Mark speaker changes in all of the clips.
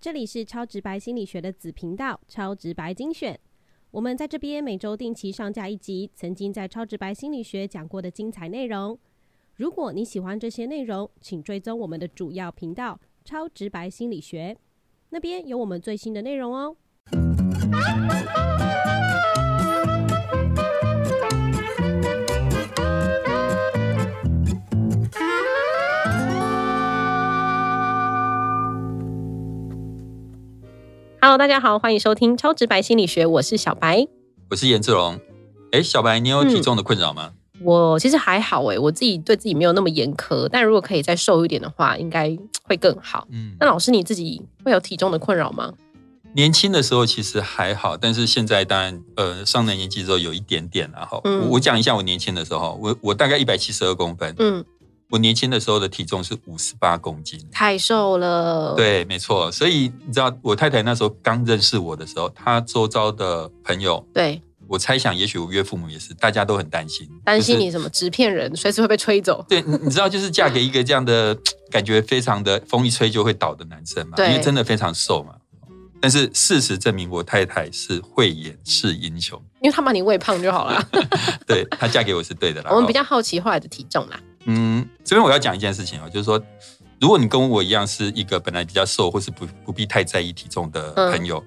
Speaker 1: 这里是超直白心理学的子频道“超直白精选”，我们在这边每周定期上架一集曾经在超直白心理学讲过的精彩内容。如果你喜欢这些内容，请追踪我们的主要频道“超直白心理学”，那边有我们最新的内容哦。Hello，大家好，欢迎收听《超直白心理学》，我是小白。
Speaker 2: 我是颜志龙。哎，小白，你有
Speaker 1: 嗯
Speaker 2: 体重的困扰吗？
Speaker 1: 我其实还好诶，我自己对自己没有那么严苛，但如果可以再瘦一点的话，应该会更好。
Speaker 2: 嗯，
Speaker 1: 那老师你自己会有体重的困扰吗？
Speaker 2: 年轻的时候其实还好，但是现在当然，呃，上了年纪之后有一点点然后、
Speaker 1: 嗯
Speaker 2: 我我讲一下我年轻的时候，我我大概一百七十二公分，
Speaker 1: 嗯，
Speaker 2: 我年轻的时候的体重是五十八公斤。
Speaker 1: 太瘦了。，
Speaker 2: 对，没错。所以你知道，我太太那时候刚认识我的时候，她周遭的朋友，
Speaker 1: 对，
Speaker 2: 我猜想，也许我岳父母也是，大家都很担心，
Speaker 1: 担心
Speaker 2: 就是
Speaker 1: 你什么纸片人，随时会被吹走。
Speaker 2: 对，你你知道，就是嫁给一个这样的感觉非常的风一吹就会倒的男生嘛，因
Speaker 1: 对
Speaker 2: 为真的非常瘦嘛。但是事实证明，我太太是慧眼识英雄，
Speaker 1: 因为他把你喂胖就好 了。
Speaker 2: 对她嫁给我是对的啦。
Speaker 1: 我们比
Speaker 2: 较
Speaker 1: 较好奇后来的体重啦。
Speaker 2: 嗯，这边我要讲一件事情哦，就是说，如果你跟我一样是一个本来比较瘦或是不不必太在意体重的
Speaker 1: 嗯
Speaker 2: 朋友，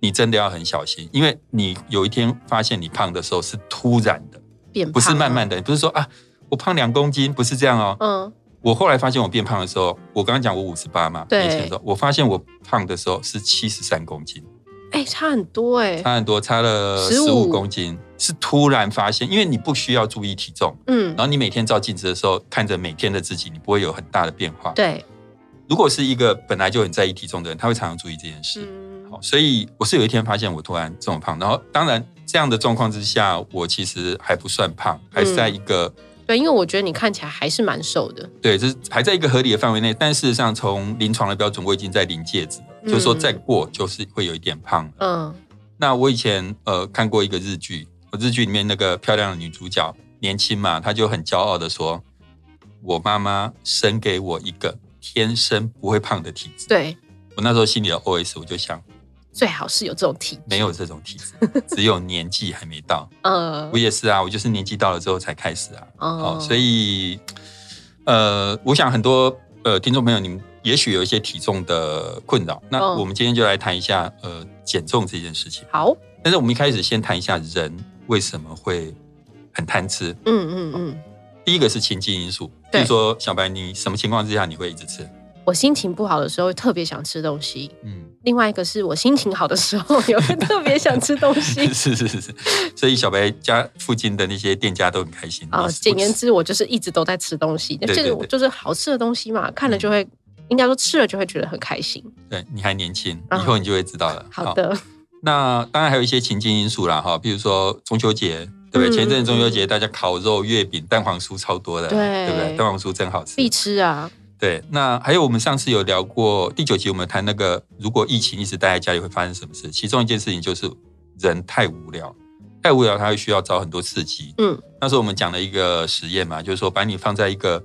Speaker 2: 你真的要很小心，因为你有一天发现你胖的时候是突然的，
Speaker 1: 变胖
Speaker 2: 不是慢慢
Speaker 1: 的，
Speaker 2: 的，不是说啊我胖两公斤，不是这样哦，
Speaker 1: 嗯，
Speaker 2: 我后来发现我变胖的时候，我刚刚讲我五十八嘛，
Speaker 1: 对
Speaker 2: 年轻的时候，我发现我胖的时候是七十三公斤，
Speaker 1: 哎、差很多哎、
Speaker 2: 差很多，差了十
Speaker 1: 15
Speaker 2: 五公斤，是突然发现，因为你不需要注意体重，
Speaker 1: 嗯
Speaker 2: 然，后你每天照镜子的时候，看着每天的自己，你不会有很大的变化。
Speaker 1: 对，
Speaker 2: 如果是一个本来就很在意体重的人，他会常常注意这件事。
Speaker 1: 嗯，
Speaker 2: 好，所以我是有一天发现我突然这么胖，然后当然这样的状况之下，我其实还不算胖，还是在
Speaker 1: 嗯
Speaker 2: 一个、
Speaker 1: 对，因为我觉得你看起来还是蛮瘦的，
Speaker 2: 对，这是还在一个合理的范围内，但事实上从临床的标准，我已经在临界值了，
Speaker 1: 嗯
Speaker 2: 就是说再过就是会有一点胖了。
Speaker 1: 嗯，
Speaker 2: 那我以前呃看过一个日剧，日剧里面那个漂亮的女主角年轻嘛，她就很骄傲的说：“我妈妈生给我一个天生不会胖的体质。
Speaker 1: 对，”
Speaker 2: 我那时候心里的 OS 我就想，
Speaker 1: 最好是有这种体，
Speaker 2: 没有这种体 质，只有年纪还没到。
Speaker 1: 呃
Speaker 2: 我，也是啊，我就是年纪到了之后才开始啊。
Speaker 1: 哦
Speaker 2: 好，所以呃，我想很多呃听众朋友，你们也许有一些体重的困扰，那
Speaker 1: 嗯
Speaker 2: 我们今天就来谈一下呃减重这件事情。
Speaker 1: 好，
Speaker 2: 但是我们一开始先谈一下人为什么会很贪吃。
Speaker 1: 嗯嗯嗯，
Speaker 2: 第一个是情境因素，比
Speaker 1: 对
Speaker 2: 如说小白，你什么情况之下你会一直吃？
Speaker 1: 我心情不好的时候特别想吃东西，
Speaker 2: 嗯，
Speaker 1: 另外一个是我心情好的时候 也会特别想吃东西。
Speaker 2: 是是是是， 所以小白家附近的那些店家都很开心
Speaker 1: 啊，
Speaker 2: 你
Speaker 1: 简言之，我就是一直都在吃东西，
Speaker 2: 对
Speaker 1: 这
Speaker 2: 对嗯
Speaker 1: 个我
Speaker 2: 对
Speaker 1: 就是好吃的东西嘛，看了就会，应该说吃了就会觉得很开心。
Speaker 2: 对，你还年轻，
Speaker 1: 嗯
Speaker 2: 以后你就会知道了。
Speaker 1: 好的，
Speaker 2: 那当然还有一些情境因素啦，哈，比如说中秋节，对不对？
Speaker 1: 嗯
Speaker 2: 前一阵子中秋节大家烤肉、月饼、蛋黄酥超多的，
Speaker 1: 对
Speaker 2: 不对？蛋黄酥真好吃
Speaker 1: 必。吃啊，
Speaker 2: 对，那还有我们上次有聊过第九集，我们谈那个如果疫情一直待在家里会发生什么事，其中一件事情就是人太无聊，太无聊，他会需要找很多刺激。
Speaker 1: 嗯，
Speaker 2: 那时候我们讲了一个实验嘛，就是说把你放在一个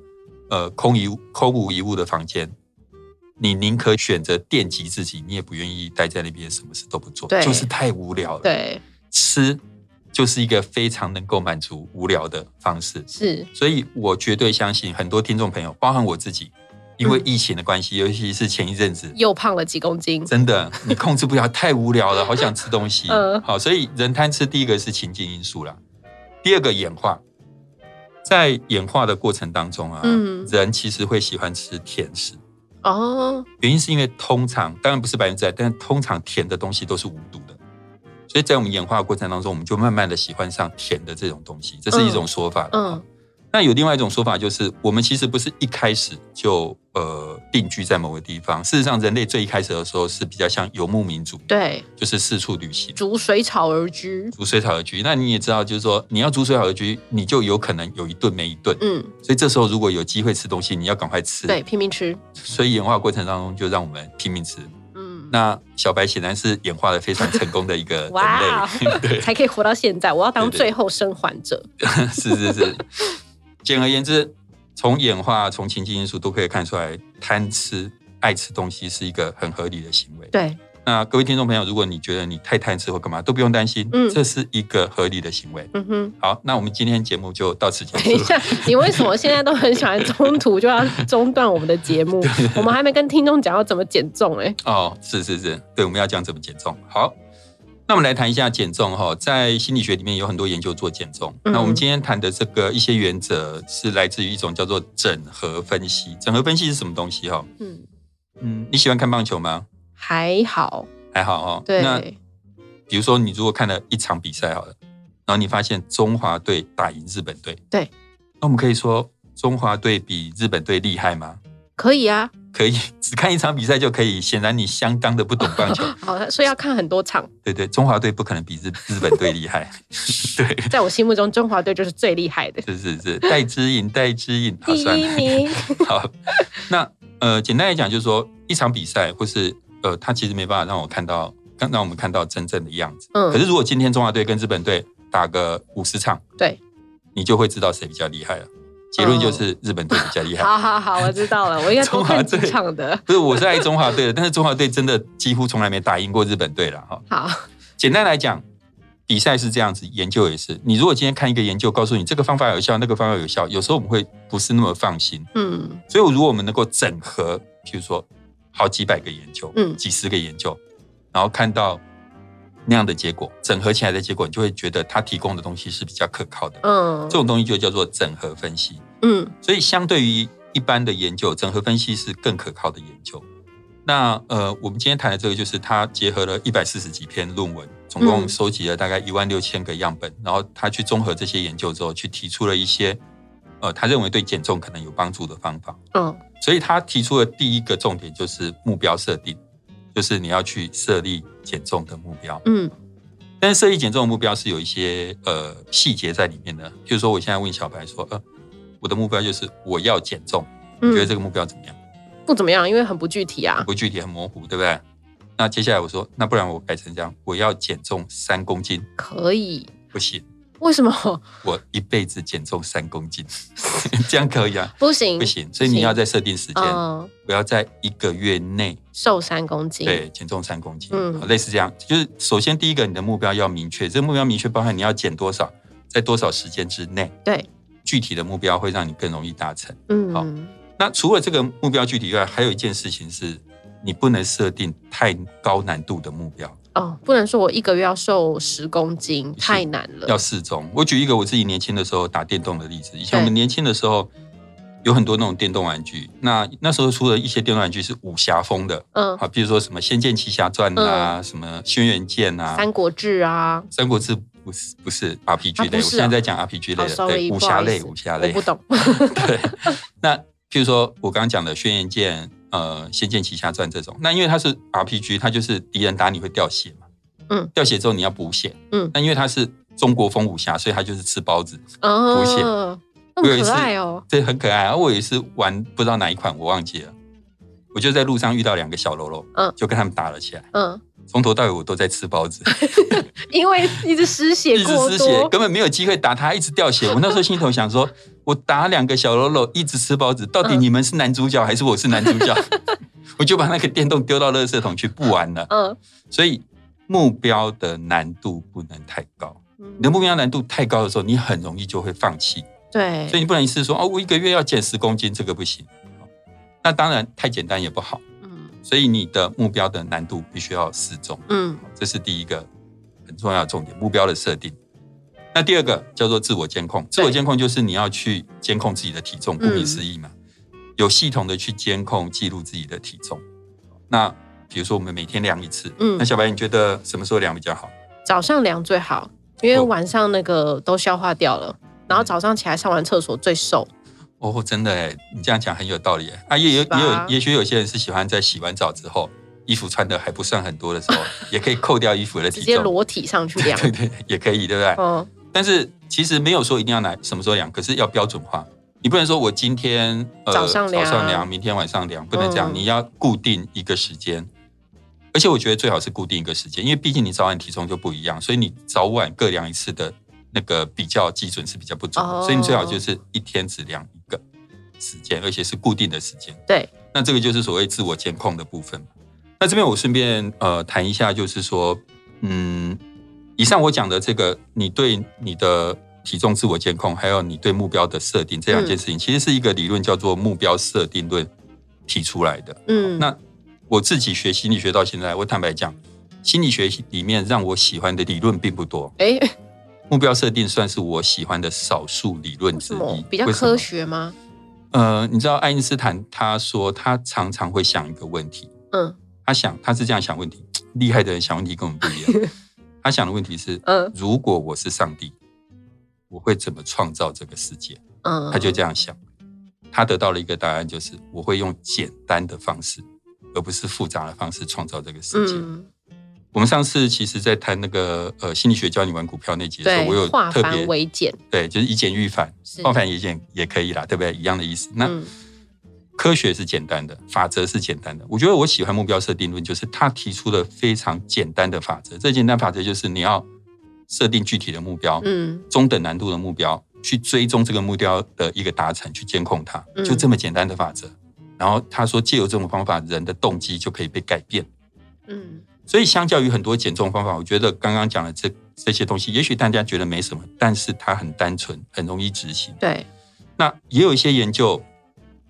Speaker 2: 呃空一空无一物的房间，你宁可选择电击自己，你也不愿意待在那边什么事都不做
Speaker 1: 对，
Speaker 2: 就是太无聊了。，
Speaker 1: 对，
Speaker 2: 吃就是一个非常能够满足无聊的方式。
Speaker 1: 是，
Speaker 2: 所以我绝对相信很多听众朋友，包含我自己，因
Speaker 1: 嗯
Speaker 2: 为疫情的关系，尤其是前一阵子，
Speaker 1: 又胖了几公斤。
Speaker 2: 真的你控制不了，太无 聊了，好想吃东西。
Speaker 1: 嗯
Speaker 2: 好，所以人贪吃，第一个是情境因素啦，第二个演化，在演化的过程当中啊，
Speaker 1: 嗯
Speaker 2: 人其实会喜欢吃甜食，
Speaker 1: 哦，
Speaker 2: 原因是因为通常当然不是百分之百，但通常甜的东西都是无毒的。所以在我们演化的过程当中，我们就慢慢的喜欢上甜的这种东西，这是一种说法。
Speaker 1: 嗯
Speaker 2: 嗯，那有另外一种说法，就是我们其实不是一开始就呃定居在某个地方。事实上，人类最一开始的时候是比较像游牧民族，
Speaker 1: 对，
Speaker 2: 就是四处旅行，
Speaker 1: 逐水草而居。
Speaker 2: 逐水草而居。那你也知道，就是说你要逐水草而居，你就有可能有一顿没一顿。
Speaker 1: 嗯，
Speaker 2: 所以这时候如果有机会吃东西，你要赶快吃。
Speaker 1: 对，，拼命吃。
Speaker 2: 所以演化过程当中就让我们拼命吃。
Speaker 1: 嗯，
Speaker 2: 那小白显然是演化的非常成功的一个 人
Speaker 1: 哇哦
Speaker 2: 类， 对，
Speaker 1: 才可以活到现在。我要当
Speaker 2: 对对
Speaker 1: 最后生还者。
Speaker 2: 是是是。简而言之，从演化、从情境因素都可以看出来，贪吃、爱吃东西是一个很合理的行为。
Speaker 1: 对，
Speaker 2: 那各位听众朋友，如果你觉得你太贪吃或干嘛，都不用担心，
Speaker 1: 嗯
Speaker 2: 这是一个合理的行为。
Speaker 1: 嗯 哼。
Speaker 2: 好，那我们今天节目就到此结
Speaker 1: 等一
Speaker 2: 束。
Speaker 1: 下，你为什么现在都很喜欢中途就要中断我们的节 目？我们还没跟听众讲要怎么减重哎、
Speaker 2: 哦，是是是，对，我们要讲怎么减重。好，那我们来谈一下减重哈，在心理学里面有很多研究做减重。
Speaker 1: 嗯
Speaker 2: 那我们今天谈的这个一些原则是来自于一种叫做整合分析。整合分析是什么东西哈？
Speaker 1: 嗯，
Speaker 2: 嗯，你喜欢看棒球吗？
Speaker 1: 还好，
Speaker 2: 还好哦。那
Speaker 1: 对，
Speaker 2: 比如说，你如果看了一场比赛好了，然后你发现中华队打赢日本队，
Speaker 1: 对，
Speaker 2: 那我们可以说中华队比日本队厉害吗？
Speaker 1: 可以啊。
Speaker 2: 可以， 只看一场比赛就可以。显然你相当的不懂棒球，
Speaker 1: 好，所以要看很多场。
Speaker 2: 对对，中华队不可能比日日本队厉害， 对，
Speaker 1: 在我心目中，中华队就是最厉害的
Speaker 2: 是是是，戴之颖，戴之颖，好
Speaker 1: 第
Speaker 2: 算
Speaker 1: 一
Speaker 2: 了，
Speaker 1: 名。
Speaker 2: 好。那呃，简单来讲，就是说一场比赛，或是呃，他其实没办法让我看到，让让我们看到真正的样子。可
Speaker 1: 嗯，
Speaker 2: 是如果今天中华队跟日本队打个五十场，
Speaker 1: 对，
Speaker 2: 你就会知道谁比较厉害了。结论就是日本队比较厉害。
Speaker 1: 嗯 好好好，我知道了，我应该多看几场的。
Speaker 2: 不是，我是爱中华队的，但是中华队真的几乎从来没打赢过日本队了哈。
Speaker 1: 好，
Speaker 2: 简单来讲，比赛是这样子，研究也是。你如果今天看一个研究，告诉你这个方法有效，那个方法有效，有时候我们会不是那么放心。
Speaker 1: 嗯
Speaker 2: 所以，如果我们能够整合，譬如说好几百个研究，
Speaker 1: 嗯
Speaker 2: 几十个研究，然后看到那样的结果，整合起来的结果，你就会觉得他提供的东西是比较可靠的。
Speaker 1: 嗯
Speaker 2: 这种东西就叫做整合分析。
Speaker 1: 嗯
Speaker 2: 所以，相对于一般的研究，整合分析是更可靠的研究。那呃，我们今天谈的这个就是它结合了一百四十几篇论文，总共
Speaker 1: 嗯
Speaker 2: 收集了大概一万六千个样本，然后他去综合这些研究之后，去提出了一些呃他认为对减重可能有帮助的方法。
Speaker 1: 嗯
Speaker 2: 所以他提出的第一个重点就是目标设定，就是你要去设立减重的目标。
Speaker 1: 嗯
Speaker 2: 但是设立减重的目标是有一些呃细节在里面的，譬如说我现在问小白说，呃，我的目标就是我要减重，你觉得
Speaker 1: 嗯，
Speaker 2: 这个目标怎么样？
Speaker 1: 不怎么样，因为很不具体啊。
Speaker 2: 不具体很模糊，对不对？那接下来我说，那不然我改成这样，我要减重三公斤，
Speaker 1: 可以，
Speaker 2: 不行，
Speaker 1: 为什么
Speaker 2: 我一辈子减重三公斤， 这样可以啊？
Speaker 1: 不行？
Speaker 2: 不行，所以你要
Speaker 1: 在
Speaker 2: 再设定时间，
Speaker 1: 嗯
Speaker 2: 我要在一个月内
Speaker 1: 瘦三公斤。
Speaker 2: 对，减重三公斤，
Speaker 1: 嗯
Speaker 2: 好类似这样。就是首先第一个，你的目标要明确，这个目标明确包含你要减多少，在多少时间之内，
Speaker 1: 对，
Speaker 2: 具体的目标会让你更容易达成。好
Speaker 1: 嗯
Speaker 2: 那除了这个目标具体以外，还有一件事情是，你不能设定太高难度的目标，
Speaker 1: 哦，不能说我一个月要瘦十公斤，
Speaker 2: 是
Speaker 1: 太难了。
Speaker 2: 要适中。我举一个我自己年轻的时候打电动的例子，以前
Speaker 1: 对
Speaker 2: 我们年轻的时候。有很多那种电动玩具，那那时候出了一些电动玩具是武侠风的，
Speaker 1: 嗯，
Speaker 2: 啊，比如说什么《仙剑奇侠传》啊，什么《轩辕剑》啊，
Speaker 1: 《三国志》啊，
Speaker 2: 三国志不是不是 RPG 类，
Speaker 1: 不是啊
Speaker 2: 我现在在讲 RPG 类
Speaker 1: 哦
Speaker 2: 的，
Speaker 1: ，sorry，
Speaker 2: 对，武
Speaker 1: 不好
Speaker 2: 侠
Speaker 1: 意
Speaker 2: 类，
Speaker 1: 思
Speaker 2: 武侠
Speaker 1: 我
Speaker 2: 类
Speaker 1: 不。懂。
Speaker 2: 对，那譬如说我刚刚讲的《轩辕剑》呃，《仙剑奇侠传》这种，那因为它是 RPG，它就是敌人打你会掉血嘛，
Speaker 1: 嗯，
Speaker 2: 掉血之后你要补血，
Speaker 1: 嗯
Speaker 2: 那因为它是中国风武侠，所以它就是吃包子，
Speaker 1: 哦，
Speaker 2: 写
Speaker 1: 那
Speaker 2: 我有
Speaker 1: 么
Speaker 2: 一次
Speaker 1: 可爱哦。
Speaker 2: 这很可爱啊。我有一次玩不知道哪一款，我忘记了，我就在路上遇到两个小喽啰，
Speaker 1: 嗯
Speaker 2: 就跟他们打了起来，
Speaker 1: 嗯，
Speaker 2: 从头到尾我都在吃包子。
Speaker 1: 因为一直失血
Speaker 2: 一直
Speaker 1: 过
Speaker 2: 失血，
Speaker 1: 多，
Speaker 2: 根本没有机会打他，一直掉血。我那时候心头想 说，我打两个小喽啰，一直吃包子，到底
Speaker 1: 嗯
Speaker 2: 你们是男主角还是我是男主角？ 我就把那个电动丢到垃圾桶去，不玩了。
Speaker 1: 嗯，
Speaker 2: 所以目标的难度不能太高，你的
Speaker 1: 嗯
Speaker 2: 目标难度太高的时候，你很容易就会放弃。
Speaker 1: 对
Speaker 2: 所以，你不能一次说哦，我一个月要减十公斤，这个不行。哦那当然太简单也不好，
Speaker 1: 嗯
Speaker 2: 所以你的目标的难度必须要适中。
Speaker 1: 嗯
Speaker 2: 这是第一个很重要的重点，目标的设定。那第二个叫做自我监控，自我监控就是你要去监控自己的体重，顾
Speaker 1: 嗯
Speaker 2: 名思义嘛，有系统的去监控记录自己的体重。那比如说我们每天量一次，
Speaker 1: 嗯
Speaker 2: 那小白你觉得什么时候量比较好？
Speaker 1: 早上量最好，因为
Speaker 2: 哦
Speaker 1: 晚上那个都消化掉了，然后早上起来上完厕所最瘦。
Speaker 2: 哦，真的哎，你这样讲很有道理哎。啊，也有
Speaker 1: 是吧
Speaker 2: 也有，也许有些人是喜欢在洗完澡之后，衣服穿的还不算很多的时候，也可以扣掉衣服的
Speaker 1: 直
Speaker 2: 体
Speaker 1: 接
Speaker 2: 重，
Speaker 1: 裸体上去量。
Speaker 2: 对对，对也可以，对不对？
Speaker 1: 嗯
Speaker 2: 但是其实没有说一定要来什么时候量，可是要标准化。你不能说我今天呃
Speaker 1: 早上量
Speaker 2: 早上量，明天晚上量，不能这样。
Speaker 1: 嗯
Speaker 2: 你要固定一个时间，而且我觉得最好是固定一个时间，因为毕竟你早晚体重就不一样，所以你早晚各量一次的那个比较基准是比较不准的，
Speaker 1: 哦
Speaker 2: 所以你最好就是一天只量一个时间，而且是固定的时间。
Speaker 1: 对，
Speaker 2: 那这个就是所谓自我监控的部分。那这边我顺便呃谈一下，就是说，嗯，以上我讲的这个，你对你的体重自我监控，还有你对目标的设定这两
Speaker 1: 嗯
Speaker 2: 件事情，其实是一个理论叫做目标设定论提出来的。
Speaker 1: 嗯，
Speaker 2: 那我自己学心理学到现在，我坦白讲，心理学里面让我喜欢的理论并不多，
Speaker 1: 哎，为
Speaker 2: 目标设定算是我喜欢的少数理论之
Speaker 1: 什么
Speaker 2: 一，
Speaker 1: 比较
Speaker 2: 为什么
Speaker 1: 科。学吗？
Speaker 2: 呃，你知道爱因斯坦他说他常常会想一个问题，
Speaker 1: 嗯
Speaker 2: 他想他是这样想问题，厉害的人想问题跟我们不 一样。他想的问题是，
Speaker 1: 嗯
Speaker 2: 如果我是上帝，我会怎么创造这个世界？
Speaker 1: 嗯，
Speaker 2: 他就这样想，他得到了一个答案，就是我会用简单的方式，而不是复杂的方式创造这个世界。
Speaker 1: 嗯，
Speaker 2: 我们上次其实，在谈那个呃心理学教你玩股票那节的时候，
Speaker 1: 对
Speaker 2: 我有，
Speaker 1: 化
Speaker 2: 特
Speaker 1: 繁
Speaker 2: 别
Speaker 1: 为简，
Speaker 2: 对，就是以简驭繁，
Speaker 1: 是
Speaker 2: 化繁以简也可以啦，对不对？一样的意思。那、
Speaker 1: 嗯
Speaker 2: 科学是简单的，法则是简单的。我觉得我喜欢目标设定论，就是他提出了非常简单的法则。这简单法则就是你要设定具体的目标，
Speaker 1: 嗯
Speaker 2: 中等难度的目标，去追踪这个目标的一个达成，去监控它，
Speaker 1: 嗯
Speaker 2: 就这么简单的法则。然后他说，借由这种方法，人的动机就可以被改变。
Speaker 1: 嗯
Speaker 2: 所以，相较于很多减重方法，我觉得刚刚讲的这这些东西，也许大家觉得没什么，但是它很单纯，很容易执行。
Speaker 1: 对，
Speaker 2: 那也有一些研究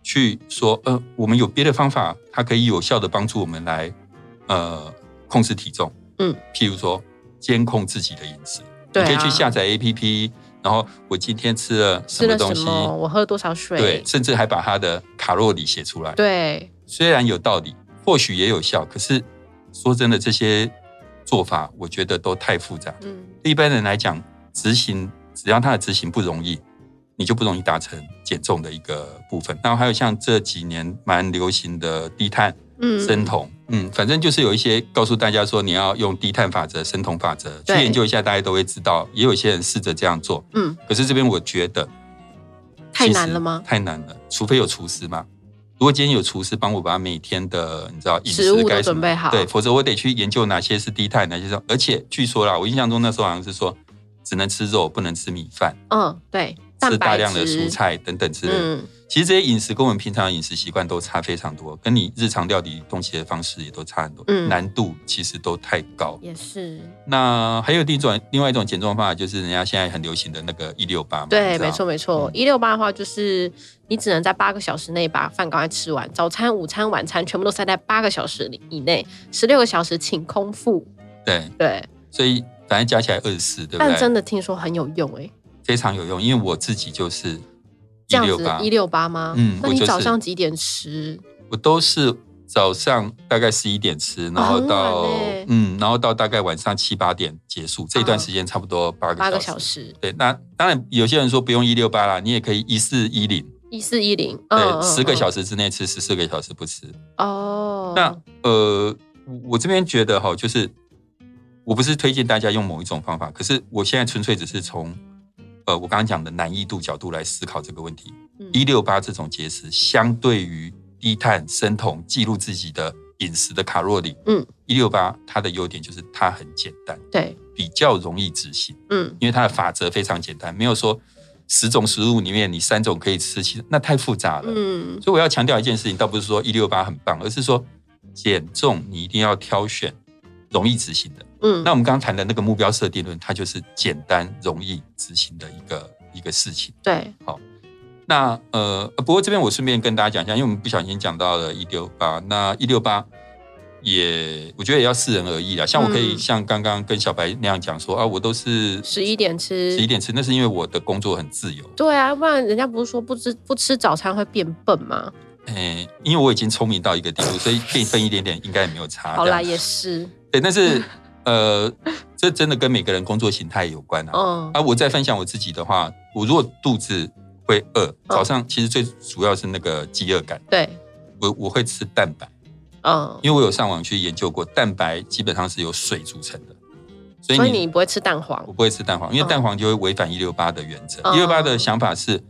Speaker 2: 去说，呃，我们有别的方法，它可以有效的帮助我们来呃控制体重。
Speaker 1: 嗯，
Speaker 2: 譬如说监控自己的饮食，
Speaker 1: 对
Speaker 2: 你可以
Speaker 1: 啊
Speaker 2: 去下载 APP，然后我今天吃了什
Speaker 1: 吃
Speaker 2: 么
Speaker 1: 了
Speaker 2: 东
Speaker 1: 什
Speaker 2: 西，
Speaker 1: 么，我喝多少水
Speaker 2: 对，，甚至还把它的卡路里写出来。
Speaker 1: 对，
Speaker 2: 虽然有道理，或许也有效，可是说真的，这些做法我觉得都太复杂。
Speaker 1: 嗯
Speaker 2: 对一般人来讲，执行只要它的执行不容易，你就不容易达成减重的一个部分。然后还有像这几年蛮流行的低碳、
Speaker 1: 嗯，
Speaker 2: 生酮，嗯，反正就是有一些告诉大家说你要用低碳法则、生酮法则去
Speaker 1: 对
Speaker 2: 研究一下，大家都会知道。也有一些人试着这样做，
Speaker 1: 嗯
Speaker 2: 可是这边我觉得
Speaker 1: 太
Speaker 2: 其实
Speaker 1: 难了吗
Speaker 2: 太难了，除非有厨师嘛。如果今天有厨师帮我把每天的你知道饮
Speaker 1: 食
Speaker 2: 食
Speaker 1: 物都
Speaker 2: 该什
Speaker 1: 准
Speaker 2: 么
Speaker 1: 备好
Speaker 2: 对，否则我得去研究哪些是低碳，哪些是……而且据说啦，我印象中那时候好像是说只能吃肉，不能吃米饭，
Speaker 1: 嗯，对，蛋
Speaker 2: 吃
Speaker 1: 白
Speaker 2: 大量的
Speaker 1: 质
Speaker 2: 蔬，菜等等之类的。
Speaker 1: 嗯
Speaker 2: 其实这些饮食跟我们平常的饮食习惯都差非常多，跟你日常料理东西的方式也都差很多，
Speaker 1: 嗯
Speaker 2: 难度其实都太高。
Speaker 1: 也是，
Speaker 2: 那还有另一种另外一种减重方法，就是人家现在很流行的那个一六八嘛，你
Speaker 1: 对，
Speaker 2: 知道嗯
Speaker 1: 没错没错，一六八的话就是你只能在八个小时内把饭赶快吃完，早餐、午餐、晚餐全部都塞在八个小时里以内，十六个小时请空腹，
Speaker 2: 对，
Speaker 1: 对，
Speaker 2: 所以反正加起来二十四，对不
Speaker 1: 但真
Speaker 2: 对？
Speaker 1: 的听说很有用哎、
Speaker 2: 非常有用，因为我自己就是一
Speaker 1: 这样
Speaker 2: 六
Speaker 1: 子
Speaker 2: 八
Speaker 1: 一，六八吗？
Speaker 2: 嗯
Speaker 1: 那
Speaker 2: 我
Speaker 1: 你
Speaker 2: 就是
Speaker 1: 早上几点吃？
Speaker 2: 我都是早上大概十一点吃，然后
Speaker 1: 很
Speaker 2: 到、
Speaker 1: 晚欸
Speaker 2: 嗯，然后到大概晚上七八点结束，这一段时间差不多八
Speaker 1: 八
Speaker 2: 个
Speaker 1: 个
Speaker 2: 小
Speaker 1: 小
Speaker 2: 时。
Speaker 1: 时，
Speaker 2: 对，那当然有些人说不用一六八啦，你也可以一四一零，
Speaker 1: 一四一零，嗯
Speaker 2: 对，十个小
Speaker 1: 时
Speaker 2: 时之内吃，十四个小时不吃。
Speaker 1: 哦。
Speaker 2: 那呃，我我这边觉得哈，就是我不是推荐大家用某一种方法，可是我现在纯粹只是从呃我刚刚讲的难易度角度来思考这个问题。
Speaker 1: 嗯
Speaker 2: 一六八这种节食，相对于低碳生酮记录自己的饮食的卡路里，
Speaker 1: 嗯，
Speaker 2: 一六八它的优点就是它很简单，
Speaker 1: 对，
Speaker 2: 比较容易执行，
Speaker 1: 嗯，
Speaker 2: 因为它的法则非常简单，没有说十种食物里面你三种可以吃，其那太复杂了。
Speaker 1: 嗯，
Speaker 2: 所以我要强调一件事情，倒不是说一六八很棒，而是说减重你一定要挑选容易执行的。
Speaker 1: 嗯，
Speaker 2: 那我们刚刚谈的那个目标设定论，它就是简单容易执行的一个一个事情。
Speaker 1: 对，
Speaker 2: 那呃，不过这边我顺便跟大家讲一下，因为我们不小心讲到了一六八，那一六八也我觉得也要视人而异啦。像我可以
Speaker 1: 嗯
Speaker 2: 像刚刚跟小白那样讲说啊，我都是
Speaker 1: 十一点吃，
Speaker 2: 十一点吃，那是因为我的工作很自由。
Speaker 1: 对啊，不然人家不是说不吃不吃早餐会变笨吗？
Speaker 2: 诶、因为我已经聪明到一个地步，所以变笨一点点应该也没有差。
Speaker 1: 好
Speaker 2: 啊这
Speaker 1: 啦，
Speaker 2: 样
Speaker 1: 也是，
Speaker 2: 对，但是呃，这真的跟每个人工作形态有关啊。
Speaker 1: 嗯
Speaker 2: 啊，我再分享我自己的话，我如果肚子会饿，
Speaker 1: 哦
Speaker 2: 早上其实最主要是那个饥饿感，
Speaker 1: 对，
Speaker 2: 我我会吃蛋白，
Speaker 1: 嗯，
Speaker 2: 因为我有上网去研究过，蛋白基本上是由水组成的，所以
Speaker 1: 所
Speaker 2: 你
Speaker 1: 以你不会吃蛋黄
Speaker 2: 我不会吃蛋黄，因为
Speaker 1: 嗯
Speaker 2: 蛋黄就会违反一六八的原则。
Speaker 1: 嗯
Speaker 2: 一六八的想法是，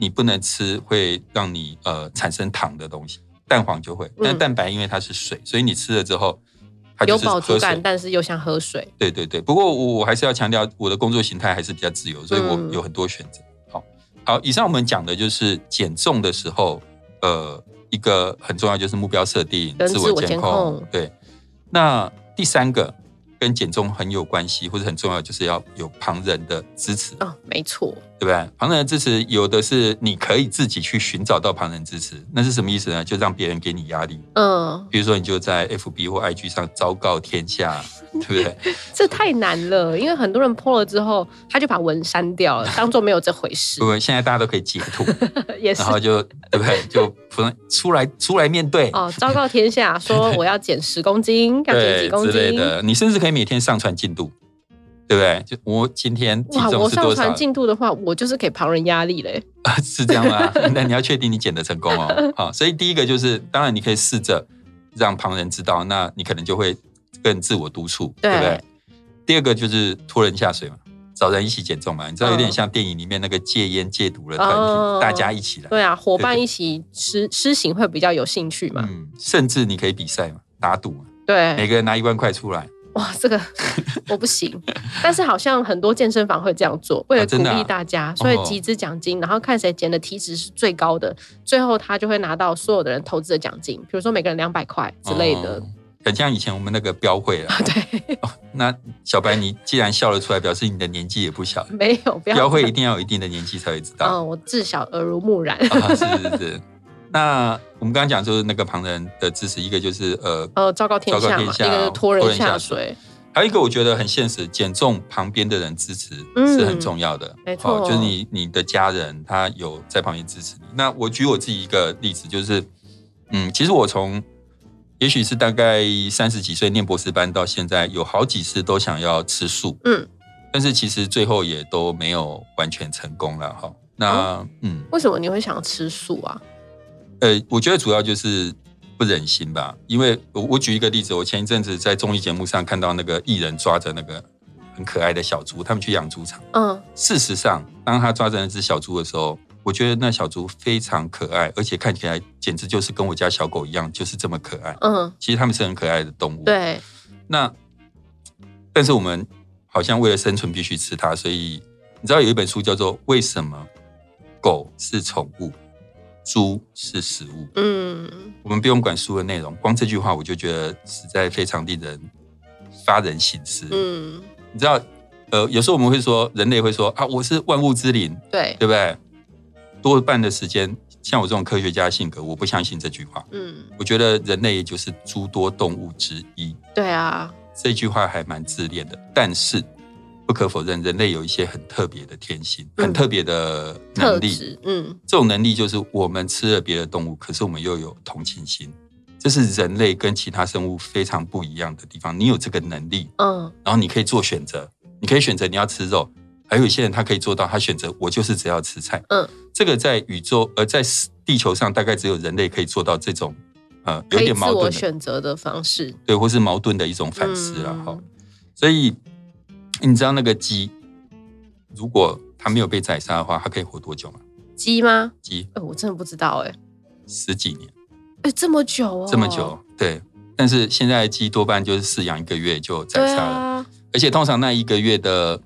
Speaker 2: 你不能吃会让你呃产生糖的东西，蛋黄就会，但
Speaker 1: 嗯
Speaker 2: 蛋白因为它是水，所以你吃了之后。它就
Speaker 1: 有
Speaker 2: 是
Speaker 1: 饱足
Speaker 2: 喝水
Speaker 1: 感，但是又想喝水，
Speaker 2: 对对对，不过我我还是要强调，我的工作形态还是比较自由，所以我
Speaker 1: 嗯
Speaker 2: 有很多选择。好，好，以上我们讲的就是减重的时候，呃，一个很重要就是目标设定、
Speaker 1: 跟自我
Speaker 2: 监
Speaker 1: 监控
Speaker 2: 对，那第三个跟减重很有关系，或者很重要，就是要有旁人的支持，
Speaker 1: 哦，没错，
Speaker 2: 对不对？旁人的支持有的是你可以自己去寻找到旁人支持，那是什么意思呢？就让别人给你压力，
Speaker 1: 嗯，
Speaker 2: 比如说你就在 FB 或 IG 上昭告天下，对不对？
Speaker 1: 这太难了，因为很多人 PO 了之后，他就把文删掉了，当做没有这回事
Speaker 2: 对，不对？现在大家都可以截图，
Speaker 1: 也是
Speaker 2: 然后就对不对？就不能出来出来面对。
Speaker 1: 哦，昭告天 下说我要减十公斤，要减
Speaker 2: 对
Speaker 1: 几公
Speaker 2: 之类
Speaker 1: 斤。
Speaker 2: 的，你甚至可以每天上传进度，对不对？就我今天体
Speaker 1: 哇！
Speaker 2: 重
Speaker 1: 我
Speaker 2: 是
Speaker 1: 上
Speaker 2: 多少
Speaker 1: 传？进度的话，我就是给旁人压力嘞。
Speaker 2: 是这样吗？ 那你要确定你减的成功 哦。好，所以第一个就是，当然你可以试着让旁人知道，那你可能就会更自我督促，
Speaker 1: 对
Speaker 2: 对不对？第二个就是拖人下水嘛，找人一起减重嘛，你知道有点像电影里面那个戒烟戒毒的团体，
Speaker 1: 嗯哦
Speaker 2: 大家一起来，
Speaker 1: 对啊，伙
Speaker 2: 对
Speaker 1: 伴
Speaker 2: 对
Speaker 1: 一起施施行会比较有兴趣嘛。
Speaker 2: 嗯，甚至你可以比赛嘛，打赌嘛，每
Speaker 1: 对，
Speaker 2: 个人拿一万块出来，
Speaker 1: 哇，这 个我不行。但是好像很多健身房会这样做，为了
Speaker 2: 啊
Speaker 1: 鼓
Speaker 2: 真的啊
Speaker 1: 励大家，所以
Speaker 2: 哦
Speaker 1: 集资奖金，然后看谁减的体脂是最高的，最后他就会拿到所有的人投资的奖金，比如说每个人两百块之类的
Speaker 2: 哦。很像以前我们那个标会啊，
Speaker 1: 对，
Speaker 2: 那小白，你既然笑了出来，表示你的年纪也不小。
Speaker 1: 没有，不要
Speaker 2: 标会一定要有一定的年纪才会知道。
Speaker 1: 嗯，我自小耳濡目染。
Speaker 2: 啊，是是是。那我们刚刚讲就是那个旁人的支持，一个就是呃，
Speaker 1: 呃，昭告天
Speaker 2: 昭告
Speaker 1: 下
Speaker 2: 天
Speaker 1: 嘛，
Speaker 2: 下哦
Speaker 1: 一个是拖人
Speaker 2: 拖人
Speaker 1: 下
Speaker 2: 下
Speaker 1: 水。
Speaker 2: 还有一个我觉得很现实，减重旁边的人支持
Speaker 1: 嗯
Speaker 2: 是很重要的。哦
Speaker 1: 没错
Speaker 2: 就是你你的家人他有在旁边支持你。那我举我自己一个例子，就是嗯，其实我从也许是大概三十几岁念博士班到现在，有好几次都想要吃素，
Speaker 1: 嗯，
Speaker 2: 但是其实最后也都没有完全成功了哈。那、
Speaker 1: 哦
Speaker 2: 嗯，
Speaker 1: 为什么你会想吃素啊？
Speaker 2: 呃，我觉得主要就是不忍心吧，因为我我举一个例子，我前一阵子在综艺节目上看到那个艺人抓着那个很可爱的小猪，他们去养猪场。
Speaker 1: 嗯，
Speaker 2: 事实上，当他抓着那只小猪的时候，我觉得那小猪非常可爱，而且看起来简直就是跟我家小狗一样，就是这么可爱。
Speaker 1: 嗯，
Speaker 2: 其实它们是很可爱的动物。。
Speaker 1: 对，
Speaker 2: 那，但是我们好像为了生存必须吃它，所以你知道有一本书叫做《为什么狗是宠物，猪是食物》。
Speaker 1: 嗯，
Speaker 2: 我们不用管书的内容，光这句话我就觉得实在非常令人发人省思。
Speaker 1: 嗯，
Speaker 2: 你知道，呃，有时候我们会说，人类会说啊，我是万物之灵，
Speaker 1: 对，
Speaker 2: 对不对？多半的时间，像我这种科学家性格，我不相信这句话。
Speaker 1: 嗯，
Speaker 2: 我觉得人类也就是诸多动物之一，
Speaker 1: 对啊，
Speaker 2: 这句话还蛮自恋的。但是不可否认，人类有一些很特别的天性，
Speaker 1: 嗯
Speaker 2: 很特别的
Speaker 1: 特
Speaker 2: 能力。
Speaker 1: 质，嗯，
Speaker 2: 这种能力就是我们吃了别的动物，可是我们又有同情心，这是人类跟其他生物非常不一样的地方。你有这个能力，
Speaker 1: 嗯，
Speaker 2: 然后你可以做选择，你可以选择你要吃肉，还有一些人他可以做到，他选择我就是只要吃菜。
Speaker 1: 嗯，
Speaker 2: 这个在宇宙呃在地球上大概只有人类可以做到这种呃有
Speaker 1: 可以
Speaker 2: 点
Speaker 1: 自
Speaker 2: 矛
Speaker 1: 我
Speaker 2: 盾的
Speaker 1: 选择的方式，
Speaker 2: 对，或是矛盾的一种反思了
Speaker 1: 嗯
Speaker 2: 哈、所以你知道那个鸡，如果它没有被宰杀的话，它可以活多久吗？
Speaker 1: 鸡吗？
Speaker 2: 鸡
Speaker 1: 哎，我真的不知道，哎，
Speaker 2: 十几年。
Speaker 1: 哎，这么久哦，
Speaker 2: 这么久，，对。但是现在的鸡多半就是饲养一个月就宰
Speaker 1: 对
Speaker 2: 杀了，
Speaker 1: 啊，
Speaker 2: 而且通常那一个月的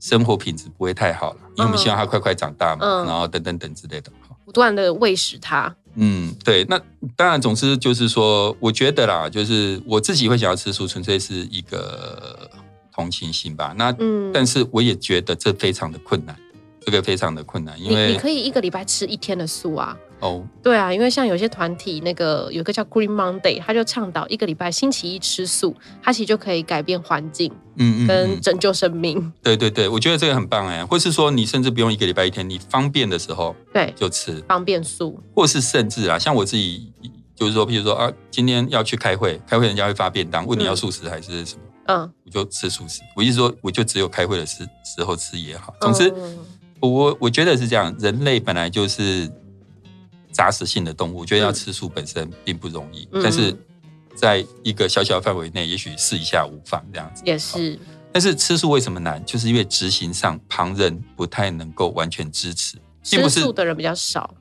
Speaker 2: 生活品质不会太好了，因为我们希望它快快长大嘛，
Speaker 1: 嗯
Speaker 2: 然后等等等之类的。好
Speaker 1: 不断的喂食它，
Speaker 2: 嗯，对。那当然，总之就是说，我觉得啦，就是我自己会想要吃素，纯粹是一个同情心吧。那、
Speaker 1: 嗯，
Speaker 2: 但是我也觉得这非常的困难，这个非常的困难，因
Speaker 1: 你你
Speaker 2: 为
Speaker 1: 可以一个礼拜吃一天的素啊，
Speaker 2: 哦，
Speaker 1: 对啊，因为像有些团体，那个有一个叫 Green Monday，他就倡导一个礼拜星期一吃素，他其实就可以改变环境
Speaker 2: 嗯嗯嗯
Speaker 1: 跟，拯救生命。
Speaker 2: 对对对，我觉得这个很棒哎、或是说你甚至不用一个礼拜一天，你方便的时候
Speaker 1: 对，
Speaker 2: 就吃，
Speaker 1: 方便素。
Speaker 2: 或是甚至啊，像我自己就是说，譬如说啊，今天要去开会，开会人家会发便当，问你要素食还是什么，
Speaker 1: 嗯，
Speaker 2: 我就吃素食。我意思说，我就只有开会的时时候吃也好。总之，
Speaker 1: 嗯
Speaker 2: 我我觉得是这样，人类本来就是杂食性的动物，我觉得要吃素本身并不容易，
Speaker 1: 嗯
Speaker 2: 但是在一个小小的范围内，也许试一下无妨这样子。
Speaker 1: 也是，
Speaker 2: 但是吃素为什么难？就是因为执行上旁人不太能够完全支持，并
Speaker 1: 吃
Speaker 2: 不是
Speaker 1: 素的人比较少。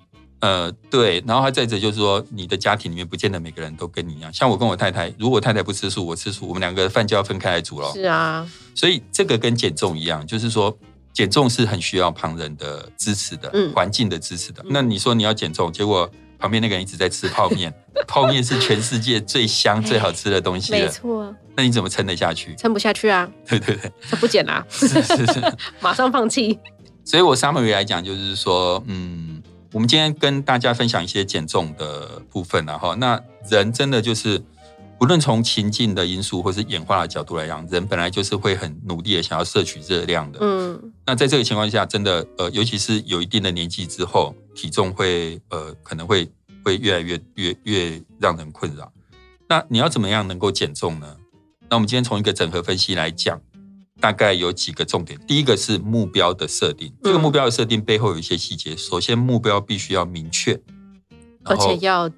Speaker 2: 呃对。然后还再者就是说，你的家庭里面不见得每个人都跟你一样。像我跟我太太，如果我太太不吃素，我吃素，我们两个饭就要分开来煮了。
Speaker 1: 是啊，
Speaker 2: 所以这个跟减重一样，就是说减重是很需要旁人的支持的，
Speaker 1: 嗯
Speaker 2: 环境的支持的。
Speaker 1: 嗯
Speaker 2: 那你说你要减重，结果旁边那个人一直在吃泡面， 泡面是全世界最香、最好吃的东西
Speaker 1: 没
Speaker 2: 了，
Speaker 1: 错，
Speaker 2: 那你怎么撑得下去？
Speaker 1: 撑不下去啊，
Speaker 2: 啊对对对，
Speaker 1: 这不减啦、
Speaker 2: 是是是。
Speaker 1: 马上放弃。
Speaker 2: 所以我 summary 来讲，就是说，嗯，我们今天跟大家分享一些减重的部分然后那人真的就是，无论从情境的因素或是演化的角度来讲，人本来就是会很努力的想要摄取热量的。
Speaker 1: 嗯，
Speaker 2: 那在这个情况下，真的呃，尤其是有一定的年纪之后，体重会呃可能会会越来越越越让人困扰。那你要怎么样能够减重呢？那我们今天从一个整合分析来讲，大概有几个重点。第一个是目标的设定，这个目标的设定背后有一些细节。首先，目标必须要明确，
Speaker 1: 而
Speaker 2: 然后
Speaker 1: 且要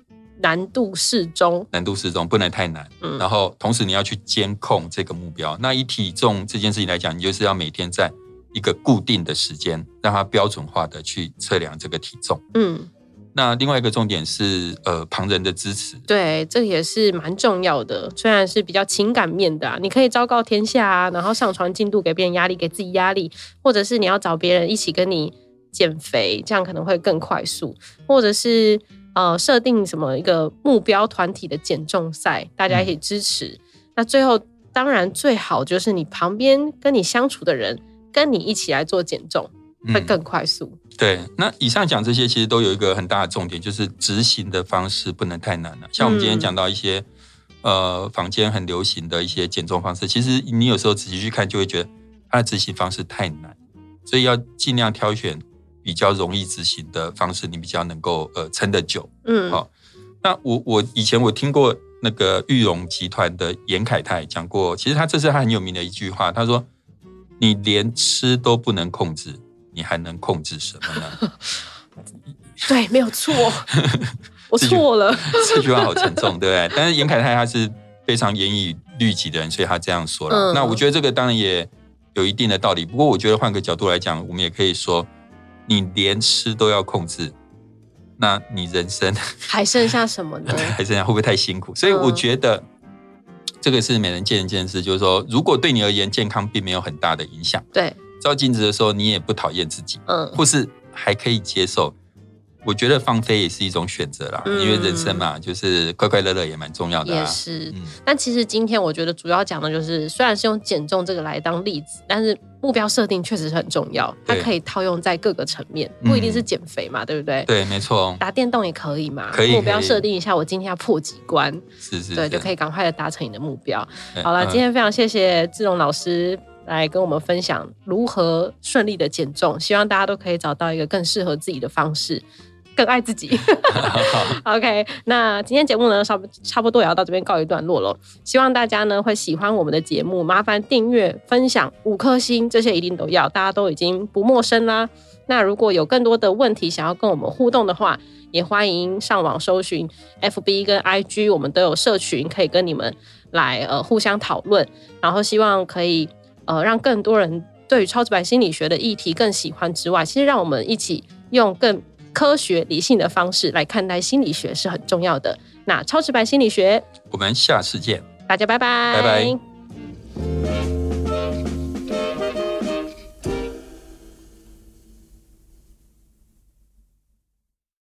Speaker 1: 难度适中。
Speaker 2: 难度适中，不能太难。
Speaker 1: 嗯
Speaker 2: 然后同时你要去监控这个目标。那以体重这件事情来讲，你就是要每天在一个固定的时间，让它标准化的去测量这个体重。
Speaker 1: 嗯，
Speaker 2: 那另外一个重点是，呃，旁人的支持。
Speaker 1: 对，这也是蛮重要的。虽然是比较情感面的啊，你可以昭告天下啊，然后上传进度给别人压力，给自己压力，或者是你要找别人一起跟你减肥，这样可能会更快速，或者是呃设定什么一个目标团体的减重赛，大家一
Speaker 2: 嗯
Speaker 1: 起支持。那最后当然最好就是你旁边跟你相处的人跟你一起来做减重，会
Speaker 2: 嗯，
Speaker 1: 更快速。
Speaker 2: 对。那以上讲这些，其实都有一个很大的重点，就是执行的方式不能太难了。像我们今天讲到一些，呃，坊间很流行的一些减重方式，其实你有时候仔细去看，就会觉得它的执行方式太难，所以要尽量挑选比较容易执行的方式，你比较能够呃撑得久。
Speaker 1: 嗯，
Speaker 2: 好那我我以前我听过那个玉龙集团的严凯泰讲过，其实他这是他很有名的一句话，他说：“你连吃都不能控制，你还能控制什么呢
Speaker 1: 对，没有 错，我
Speaker 2: 这就
Speaker 1: 错了。？”
Speaker 2: 这句话好沉重，对不对？但是严凯泰他是非常严以律己的人，所以他这样说了。
Speaker 1: 嗯
Speaker 2: 那我觉得这个当然也有一定的道理，不过我觉得换个角度来讲，我们也可以说，你连吃都要控制，那你人生。
Speaker 1: 还剩下什么呢？
Speaker 2: 还是这样，会不会太辛苦？所以
Speaker 1: 嗯
Speaker 2: 我觉得这个是每人见仁见智，就是说，如果对你而言健康并没有很大的影响，
Speaker 1: 对，
Speaker 2: 照镜子的时候你也不讨厌自己，
Speaker 1: 嗯，
Speaker 2: 或是还可以接受。我觉得放飞也是一种选择啦，
Speaker 1: 嗯
Speaker 2: 因为人生嘛，就是快快乐乐也蛮重要的
Speaker 1: 也
Speaker 2: 啊。
Speaker 1: 是。
Speaker 2: 嗯，
Speaker 1: 但其实今天我觉得主要讲的就是，虽然是用减重这个来当例子，但是目标设定确实是很重要，它
Speaker 2: 对
Speaker 1: 可以套用在各个层面，
Speaker 2: 嗯
Speaker 1: 不一定是减肥嘛，对不对？
Speaker 2: 对，没错，
Speaker 1: 打电动也可以嘛，
Speaker 2: 可以
Speaker 1: 目标
Speaker 2: 可以
Speaker 1: 设定一下，我今天要破几关，
Speaker 2: 是是，
Speaker 1: 对，就可
Speaker 2: 以。
Speaker 1: 以赶快的达成你的目标。
Speaker 2: 对
Speaker 1: 好了，
Speaker 2: 嗯
Speaker 1: 今天非常谢谢志荣老师来跟我们分享如何顺利的减重，希望大家都可以找到一个更适合自己的方式，更爱自己。OK，那今天节目呢，差不差不多也要到这边告一段落了。希望大家呢会喜欢我们的节目，麻烦订阅、分享、五颗星，这些一定都要，大家都已经不陌生啦。那如果有更多的问题想要跟我们互动的话，也欢迎上网搜寻 FB 跟 IG，我们都有社群可以跟你们来呃互相讨论，然后希望可以呃让更多人对于超直白心理学的议题更喜欢之外，其实让我们一起用更科学理性的方式来看待心理学是很重要的。那超直白心理学，
Speaker 2: 我们下次见。
Speaker 1: 大家拜拜，
Speaker 2: 拜拜。